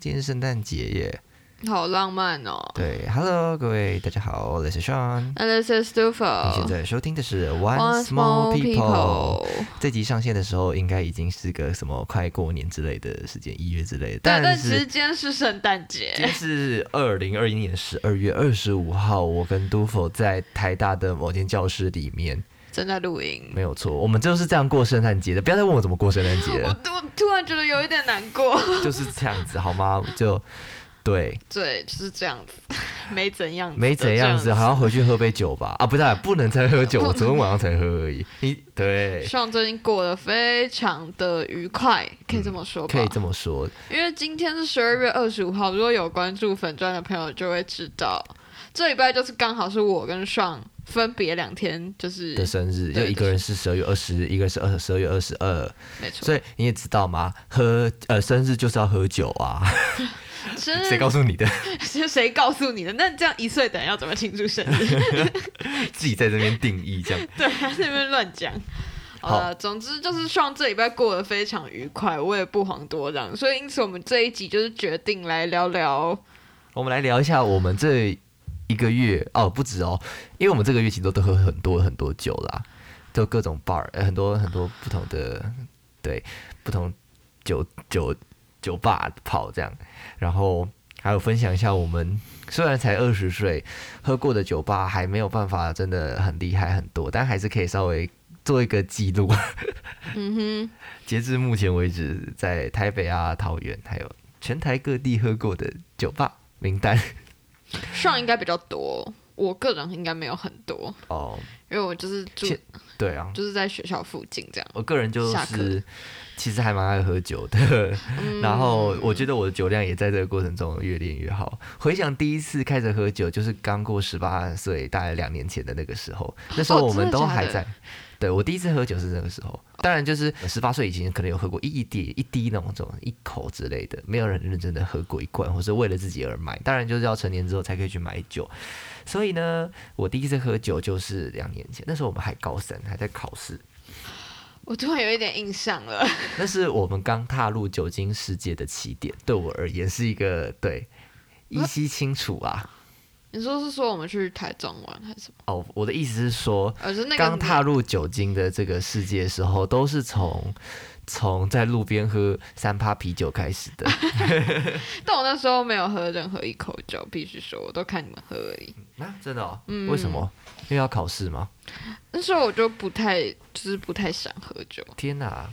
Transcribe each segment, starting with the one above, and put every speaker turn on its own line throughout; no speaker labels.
天圣诞节耶！
好浪漫哦。
对，Hello，各位大家好，This is Sean。
a l i c e s t u f
你
o
现在收听的是哦 One Small People。这集上线的时候，应该已经是个什么快过年之类的时间，一月之类的。
但但
是
时间是圣诞节
今，天是二零二一年十二月二十五号，我跟都否在台大的某间教室里面，
正在录音。
没有错，我们就是这样过圣诞节的。不要再问我怎么过圣诞节
我
了，
我突然觉得有一点难 过。
就是这样子好吗？就对，
对，就是这样子，没怎样，
没怎样子，好。像回去喝杯酒吧。啊，不是啊，不能再喝酒，我昨天晚上才喝而已。你对，
上最近过得非常的愉快，可以这么说吧？
嗯可以这么说，
因为今天是十二月二十五号，如果有关注粉钻的朋友就会知道，这礼拜就是刚好是我跟上分别两天，就是
的生日，就
对
一个人是十二月二十，一个是二十二月二十二，
没错，
所以你也知道嘛，喝呃生日就是要喝酒啊，
生日
谁告诉你的？
是谁告诉你的？那这样一岁的人要怎么庆祝生日？
自己在这边定义这样。
对，还是那边乱 讲。好了，总之就是上这礼拜过得非常愉快，我也不遑多让，所以因此我们这一集就是决定来聊聊，
我们来聊一下我们这一个月哦，不止哦，因为我们这个月其实都喝很多很多酒啦，就各种 bar，、呃、很多很多不同的对不同酒酒酒吧跑这样，然后还有分享一下我们虽然才二十岁，喝过的酒吧还没有办法真的很厉害很多，但还是可以稍微做一个记录。
嗯哼，
截至目前为止，在台北啊、桃园还有全台各地喝过的酒吧名单。
上应该比较多，我个人应该没有很多，
哦，
因为我就是住
现 对啊，
就是在学校附近这样。
我个人就
下
是
课嗯
其实还蛮爱喝酒的， 然后我觉得我的酒量也在这个过程中越练越好。回想第一次开始喝酒，就是刚过十八岁，大概两年前的那个时候，那时候
哦
我们
真的
都
假
还
的哦
在。对我第一次喝酒是那个时候，当然就是十八岁以前可能有喝过一滴一滴那种种一口之类的，没有人认真的喝过一罐，或是为了自己而买。当然就是要成年之后才可以去买酒，所以呢，我第一次喝酒就是两年前，那时候我们还高三，还在考试。
我突然有一点印象了，
那是我们刚踏入酒精世界的起点，对我而言是一个对依稀清楚啊。
你说是说我们去台中玩还是什么？
哦，我的意思是说，
呃，就是那个
刚踏入酒精的这个世界的时候，都是从从在路边喝三趴啤酒开始 的。
但我那时候没有喝任何一口酒，必须说，我都看你们喝而已。
啊，真的、哦？
嗯
为什么？因为要考试吗？
那时候我就不太，就是不太想喝酒，
天哪、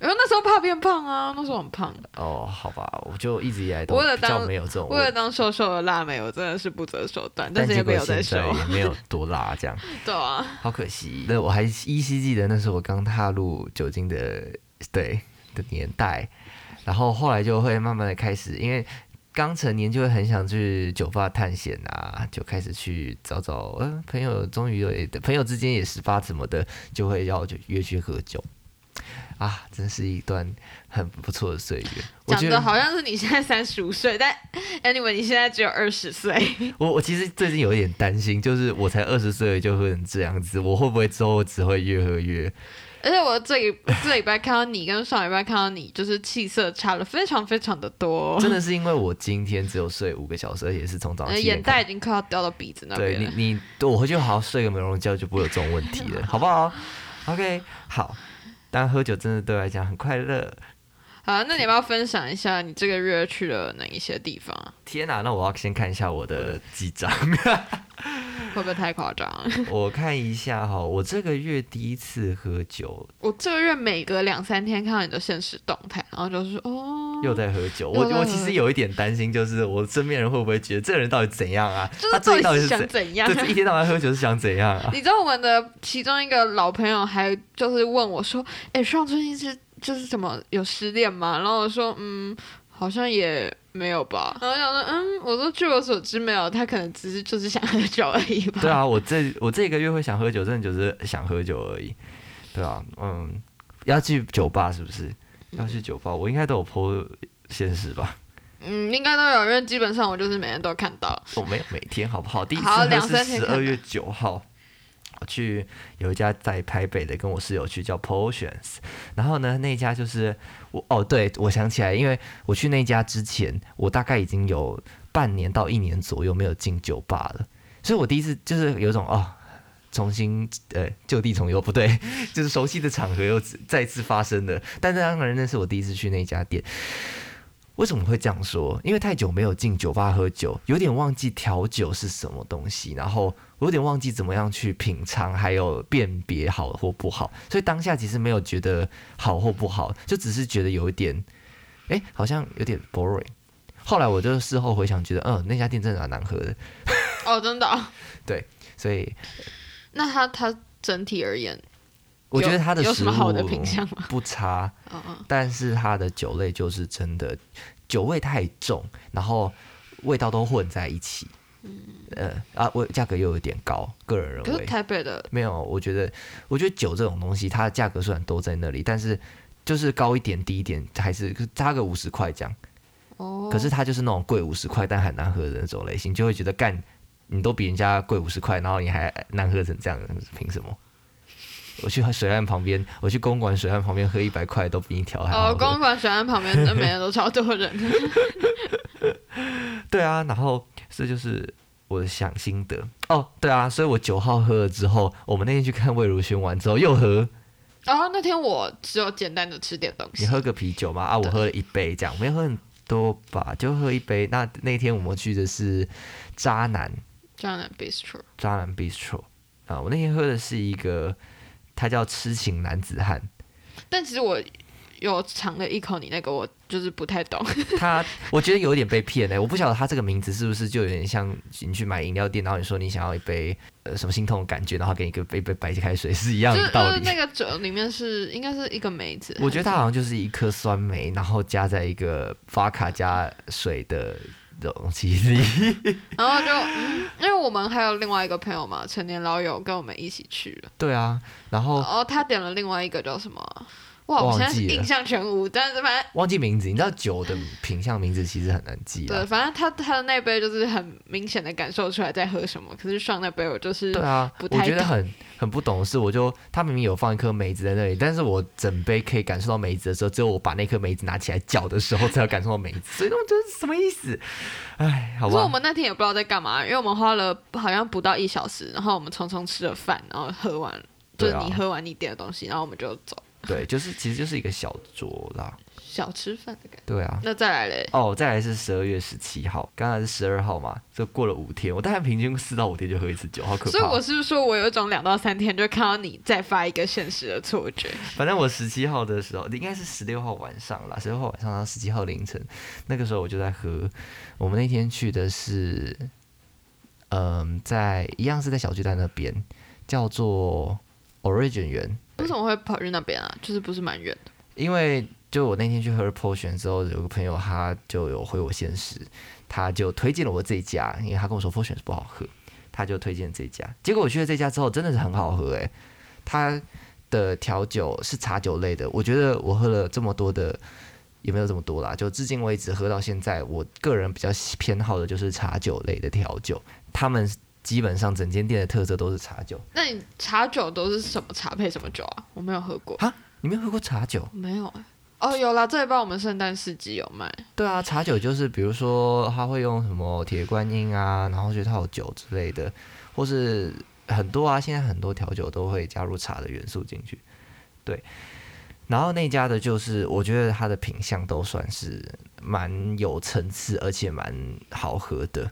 因为那时候怕变胖啊，那时候很胖。
哦，好吧，我就一直以来都
为了
比较
当
没有这种
为了
问，
当瘦瘦的辣妹，我真的是不择手段，
但
是也
结
没
果
有在
现
瘦
在。也没有多辣这样。
对啊，
好可惜。那我还依稀记得那是我刚踏入酒精的对的年代，然后后来就会慢慢的开始，因为刚成年就会很想去酒吧探险啊，就开始去找找，嗯、朋友终于有朋友之间也十八什么的，就会要就约去喝酒。 啊，真是一段很不错的岁月。我
讲
觉
的
得
好像是你现在三十五岁，但 anyway 你现在只有二十岁。
我我其实最近有一点担心，就是我才二十岁就喝成这样子，我会不会之后只会越喝越
而且我这一这礼拜看到你跟上礼拜看到你，就是气色差了非常非常的多，
真的是因为我今天只有睡五个小时，而且是从早
哦
上
呃
七
眼
点
袋啊
开
已
始。
经快要掉到鼻子那
对
边了。
你，你对我回去好好睡个美容觉，就不会有这种问题了，好 不好？OK，好。但喝酒真的对我来讲很快乐。
好，那你要不要分享一下你这个月去了哪一些地方啊？
天哪、那我要先看一下我的记 账，
会不会太夸张？
我看一下哈，我这个月第一次喝酒，
我这个月每隔两三天看到你的现实动态，然后就是哦，
又在喝酒。
又
我
在喝
我其实有一点担心，就是我身边人会不会觉得这人到底怎样啊？
就
他最
是
近到底是
想
怎？
怎样？
这一天到晚喝酒是想怎样 啊？
你知道我们的其中一个老朋友还就是问我说：“哎、上最近是就是什么有失恋吗？”然后我说：“嗯，好像也没有吧。”然后我想说：“嗯，我说据我所知没有，他可能只是就是想喝酒而已吧。”
对，啊，我这我这个月会想喝酒，真的就是想喝酒而已。对啊，嗯，要去酒吧是不是？要去酒吧，我应该都有 PO 现实吧？
嗯，应该都有，因为基本上我就是每天都看到。
哦我没有每天好不好？第一次
好
喝
两三
是
天
十
可
二
能
月九号，去有一家在台北的，跟我室友去叫 Potions，然后呢那一家就是我哦，对我想起来，因为我去那家之前，我大概已经有半年到一年左右没有进酒吧了，所以我第一次就是有种哦。重新呃就地重游不对， 就是熟悉的场合又再次发生了。但当然那是我第一次去那家店。为什么会这样说？因为太久没有进酒吧喝酒，有点忘记调酒是什么东西，然后我有点忘记怎么样去品尝，还有辨别好或不好。所以当下其实没有觉得好或不好，就只是觉得有一点，哎、好像有点 boring。后来我就事后回想，觉得嗯，那家店真的蛮难喝的。
哦，真的哦、
所以
那它它整体而言，
我觉得
有
它的
有
食
什
物
么好的品相 吗？
不差，
嗯嗯，
但是它的酒类就是真的酒味太重，然后味道都混在一起。呃啊，我价格又有点高，个人
嗯可
认
是
为
台北的
没有。我觉得，我觉得酒这种东西，它的价格虽然都在那里，但是就是高一点、低一点，还是差个五十块这样。
哦，
可是它就是那种贵五十块但很难喝的那种类型，就会觉得干，你都比人家贵五十块，然后你还难喝成这样，凭什么？我去水岸旁边，我去公馆水岸旁边喝一百块都比你调还好
哦，
喝。
公馆水岸旁边的每人都超多 人，
对啊，然后这就是我的想心得哦。对啊，所以我九号喝了之后，我们那天去看魏如萱完之后又喝，
然后那天我只有简单的吃点东
你
西，
喝个啤酒嘛啊，我
对
喝了一杯这样，没有喝很多吧，就喝一杯。那那天我们去的是渣男
这样的 bistro，
渣男 Bistro 啊，我那天喝的是一个，它叫痴情男子汉，
但其实我有尝了一口你那个，我就是不太懂，
他我觉得有点被骗哎、我不晓得他这个名字是不是就有点像你去买饮料店，然后你说你想要一杯呃什么心痛的感觉，然后给你一个一杯白开水是一样
就是呃
的
就
道
是
理。
那个酒里面是应该是一个梅子，
我觉得它好像就是一颗酸梅，然后加在一个发卡加水的容器里。
然后就、嗯因为我们还有另外一个朋友嘛，成年老友跟我们一起去了，
对啊，然后
然后他点了另外一个叫什么啊？哇，我
忘记
现
了
在是印象全无，但是反正
忘记名字，你知道酒的品相名字其实很难记
对，
啊。
反正他他的那杯就是很明显的感受出来在喝什么，可是上那杯我就是
对啊，
不太
我觉得
懂
很很不懂的是，我就它明明有放一颗梅子在那里，但是我整杯可以感受到梅子的时候，只有我把那颗梅子拿起来嚼的时候才有感受到梅子， 所以我觉得什么意思？哎，好
可是我
吧，
们那天也不知道在干嘛，因为我们花了好像不到一小时，然后我们匆匆吃了饭，然后喝完，就
对
是
啊
你喝完你点的东西，然后我们就走，
对，就是其实就是一个小酌啦，
小吃饭的感觉。
对啊。
那再来嘞，
哦，再来是十二月十七号，刚才是十二号嘛，这过了五天，我大概平均四到五天就喝一次酒，好可怕。哦
所以我是不是说我有一种两到三天就看到你再发一个现实的错觉？
反正我十七号的时候，应该是十六号晚上啦，十六号晚上到十七号凌晨，那个时候我就在喝。我们那天去的是，嗯，在一样是在小巨蛋那边，叫做 Origin 园，
为什么会跑去那边啊？就是不是蛮远的？
因为就我那天去喝 potion 之后，有个朋友他就有回我现实，他就推荐了我这一家，因为他跟我说 potion 不好喝，他就推荐这一家。结果我去了这家之后，真的是很好喝诶、欸它的调酒是茶酒类的，我觉得我喝了这么多的。也没有这么多啦，就至今为止喝到现在，我个人比较偏好的就是茶酒类的调酒，他们基本上整间店的特色都是茶酒。
那你茶酒都是什么茶配什么酒啊？我没有喝过，
你没有喝过茶酒？
我没有哎、哦，有啦，这一包我们圣诞市集有卖，
对啊，茶酒就是比如说他会用什么铁观音啊，然后去套酒之类的，或是很多啊，现在很多调酒都会加入茶的元素进去。对，然后那家的就是我觉得它的品相都算是蛮有层次，而且蛮好喝的。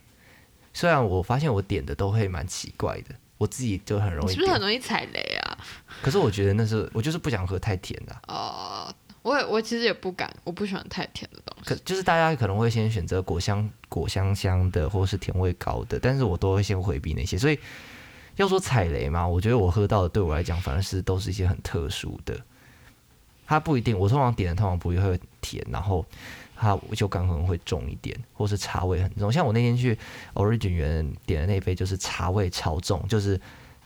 虽然我发现我点的都会蛮奇怪的，我自己就很容
你
易
是不是
点
很，容易踩雷啊？
可是我觉得那是我就是不想喝太甜的啊、
哦、我也我其实也不敢，我不喜欢太甜的东西。
可就是大家可能会先选择果香、果香香的，或是甜味高的，但是我都会先回避那些。所以要说踩雷嘛，我觉得我喝到的对我来讲，反而是都是一些很特殊的。它不一定，我通常点的通常不会很甜，然后它酒感可能会重一点，或是茶味很重。像我那天去 Origin 园点的那杯，就是茶味超重，就是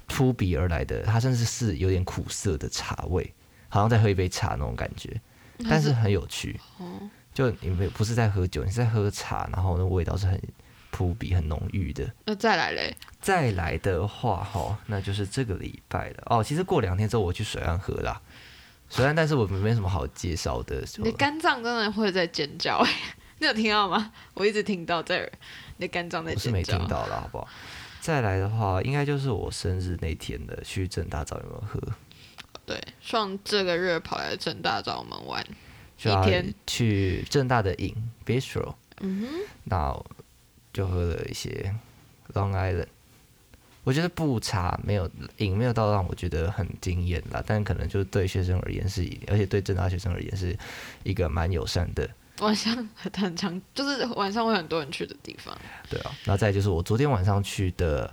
扑鼻而来的，它甚至是有点苦涩的茶味，好像在喝一杯茶那种感觉，但是很有趣。
哦，
就你们不是在喝酒，你是在喝茶，然后那味道是很扑笔很浓郁的。
那再来嘞，
再来的话，哈，那就是这个礼拜了。哦，其实过两天之后我去水岸喝啦，水岸，但是我没什么好介绍的。
你的肝脏真的会在尖叫、 欸，你有听到吗？我一直听到这儿，你的肝脏在
我是
尖
没
叫
听。到了，好不好？再来的话，应该就是我生日那天的，去正大找你们喝，
对，上这个月跑来正大找我们玩，
就要
一天
去正大的饮 Bistro，
嗯哼，
那我就喝了一些 Long Island，我觉得不差，没有饮没有到让我觉得很惊艳啦，但可能就是对学生而言是，而且对正大学生而言是一个蛮友善的，
晚上很很长，就是晚上会很多人去的地方。
对啊。那再来就是我昨天晚上去的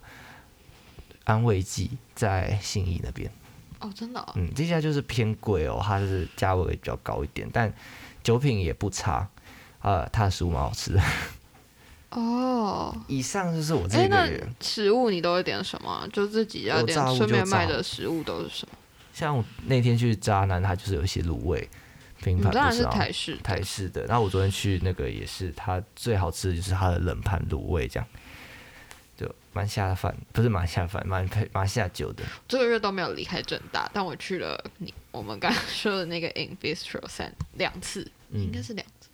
安慰剂，在信义那边，
哦，真的、哦，
嗯，这家就是偏贵哦，它是价位比较高一点，但酒品也不差。啊、它的食物蛮好吃的。
哦，
以上就是嗯我
哎、
这个
那
人，
食物你都会点什么啊？就自己要点
我炸物，就
顺便卖
炸
的食物都是什么？
像我那天去渣男，它就是有一些卤味，拼
你当
盘不
然
是
是
啊
台式的，
台式的。然后我昨天去那个也是，它最好吃的就是它的冷盘卤味，这样就蛮下饭，不是蛮下饭，蛮配蛮下酒的。
这个月都没有离开正大，但我去了你我们刚刚说的那个 In Bistro 三两次，应
嗯
该，是两次，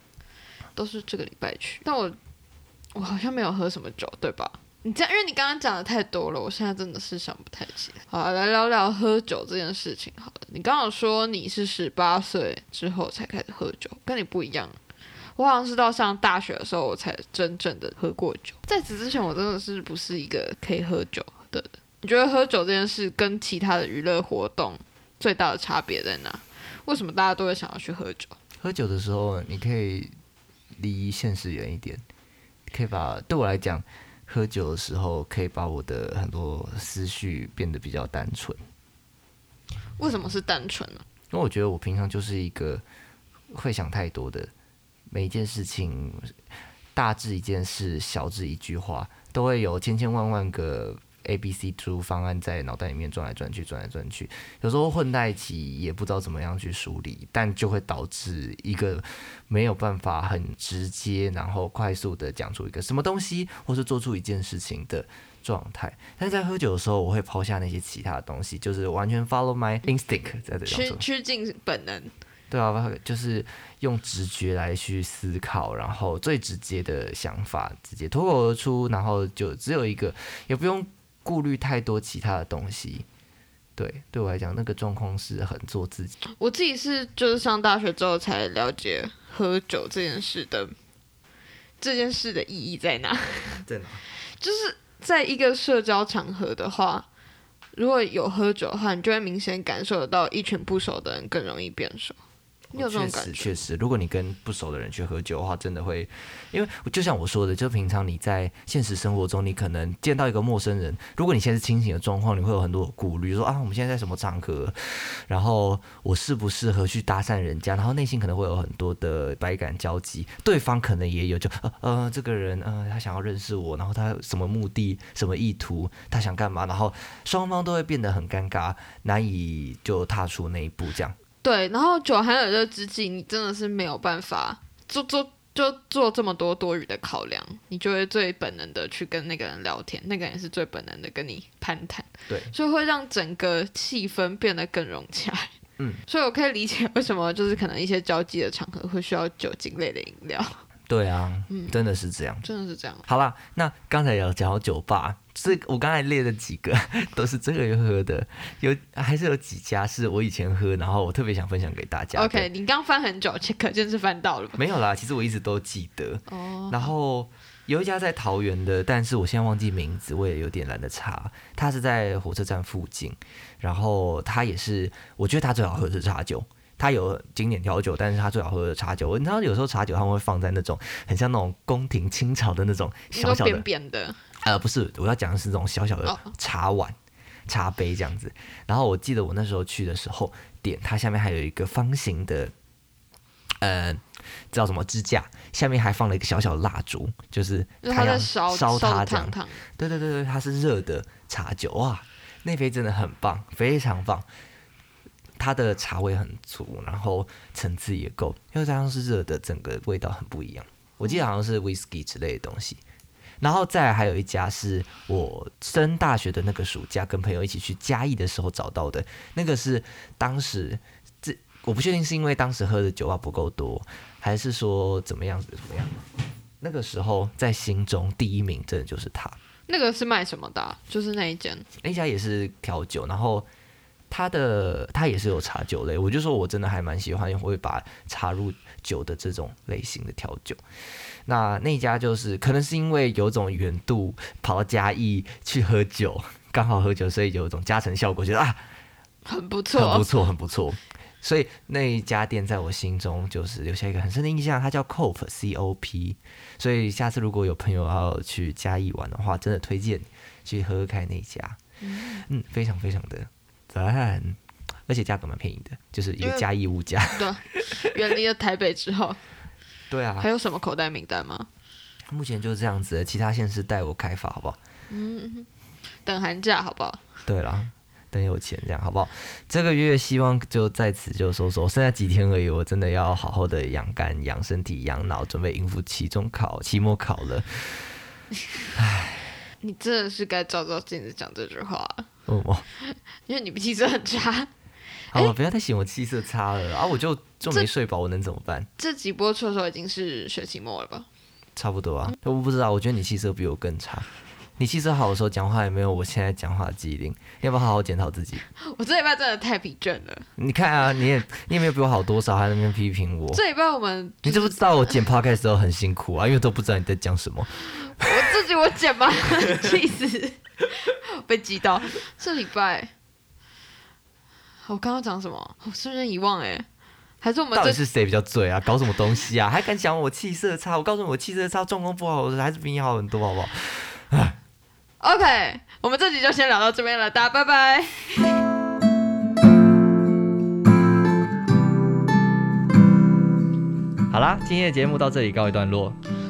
都是这个礼拜去。但我我好像没有喝什么酒，对吧？你这样，因为你刚刚讲的太多了，我现在真的是想不太起来。好，来聊聊喝酒这件事情好了。你刚好说你是十八岁之后才开始喝酒，跟你不一样。我好像是到上大学的时候，我才真正的喝过酒。在此之前，我真的是不是一个可以喝酒的人。你觉得喝酒这件事跟其他的娱乐活动最大的差别在哪？为什么大家都会想要去喝酒？
喝酒的时候你可以离现实远一点，可以把对我来讲，喝酒的时候可以把我的很多思绪变得比较单纯。
为什么是单纯呢、
因为我觉得我平常就是一个会想太多的，每一件事情，大致一件事，小至一句话，都会有千千万万个 A、B、C、D 方案在脑袋里面转来转去，转来转去，有时候混在一起，也不知道怎么样去梳理，但就会导致一个没有办法很直接，然后快速的讲出一个什么东西，或是做出一件事情的状态。但是在喝酒的时候，我会抛下那些其他的东西，就是完全 follow my instinct 在这
趋
种
趋近本能，
对啊，就是用直觉来去思考，然后最直接的想法直接脱口而出，然后就只有一个，也不用顾虑太多其他的东西。对，对我来讲，那个状况是很做自己。
我自己是就是上大学之后才了解喝酒这件事的这件事的意义在哪。
在哪？
就是在一个社交场合的话，如果有喝酒的话，你就会明显感受得到一群不熟的人更容易变熟。你有这种
哦确
感
实，
觉？
确实，如果你跟不熟的人去喝酒的话，真的会，因为就像我说的，就平常你在现实生活中，你可能见到一个陌生人，如果你现在是清醒的状况，你会有很多的顾虑，说啊，我们现在在什么场合，然后我适不适合去搭讪人家，然后内心可能会有很多的百感交集，对方可能也有就呃呃，这个人呃，他想要认识我，然后他有什么目的、什么意图，他想干嘛，然后双方都会变得很尴尬，难以就踏出那一步，这样。
对，然后酒含有热之际，你真的是没有办法做做就做这么多多余的考量，你就会最本能的去跟那个人聊天，那个人也是最本能的跟你攀谈，
对，
所以会让整个气氛变得更融洽。
嗯，
所以我可以理解为什么就是可能一些交际的场合会需要酒精类的饮料，
对啊，
嗯
真的是这样。
真的是这样。
好啦，那刚才有讲到酒吧，这我刚才列了几个 都是这个月喝的，有还是有几家是我以前喝，然后我特别想分享给大家的。
OK，你刚翻很久，这可见是翻到了吧？
没有啦，其实我一直都记得。
哦，
然后有一家在桃园的，但是我现在忘记名字，我也有点懒得查。它是在火车站附近，然后它也是，我觉得它最好喝的是茶酒。它有经典调酒，但是它最好喝的茶酒，你知道有时候茶酒他们会放在那种很像那种宫廷清朝的那种
你
小
说
小的
扁扁的，
呃，不是，我要讲的是那种小小的
哦
茶碗、茶杯这样子。然后我记得我那时候去的时候，点它下面还有一个方形的，呃，叫什么支架，下面还放了一个小小的蜡烛，就是
就是它
它要
在烧
烧
的
它这
烫。
样
烫。
对对对对，它是热的茶酒哇，那杯真的很棒，非常棒。它的茶味很足，然后层次也够，又加上是热的，整个味道很不一样。我记得好像是 whisky 之类的东西，然后再来还有一家是我升大学的那个暑假，跟朋友一起去嘉义的时候找到的，那个是当时这我不确定是因为当时喝的酒啊吧不够多，还是说怎么样子怎么样。那个时候在心中第一名真的就是他，
那个是卖什么的啊、就是那一间。
那家也是调酒，然后它的它也是有茶酒类，我就说我真的还蛮喜欢，我会把茶入酒的这种类型的调酒。那那家就是可能是因为有种远渡跑到嘉义去喝酒，刚好喝酒，所以有一种加成效果，觉得啊
很不错，
很不 错，很不错。所以那一家店在我心中就是留下一个很深的印象，它叫 Cop C O P。所以下次如果有朋友要去嘉义玩的话，真的推荐去喝喝看那一家，嗯，非常非常的赞，而且价格蛮便宜的，就是一
因
个
为
嘉义物价。
对，远离了台北之后，
对啊
还，有什么口袋名单吗？
目前就是这样子，其他县市带我开发好不好？
等寒假好不好？
对啦，等有钱这样好不好？这个月希望就在此就收手，剩下几天而已，我真的要好好的养肝、养身体、养脑，准备应付期中考、期末考了。
你真的是该照照镜子讲这句话啊，
哦，哦
因为你脾气很差。
好了，不要再嫌我气色差了啊！我就就没睡饱，我能怎么办？
这集播出的时候已经是学期末了吧？
差不多啊，我不知道，我觉得你气色比我更差。你气色好的时候讲话也没有我现在讲话的机灵，你要不要好好检讨自己？
我这礼拜真的太疲倦了。
你看啊，你也你也没有比我好多少，还在那边批评我。
这礼拜我们
你知不知道我剪 podcast 的时候很辛苦啊？因为都不知道你在讲什么。
我自己我剪吧， 气死， 被激到。这礼拜我刚刚讲什么？我瞬间遗忘哎、还是我们
到底
这
是谁比较醉啊？搞什么东西啊？还敢讲我气色差？我告诉你，我气色差，状况不好，我还是比你好很多，好不好？
OK？我们这集就先聊到这边了，大家拜拜。
好啦，今天的节目到这里告一段落，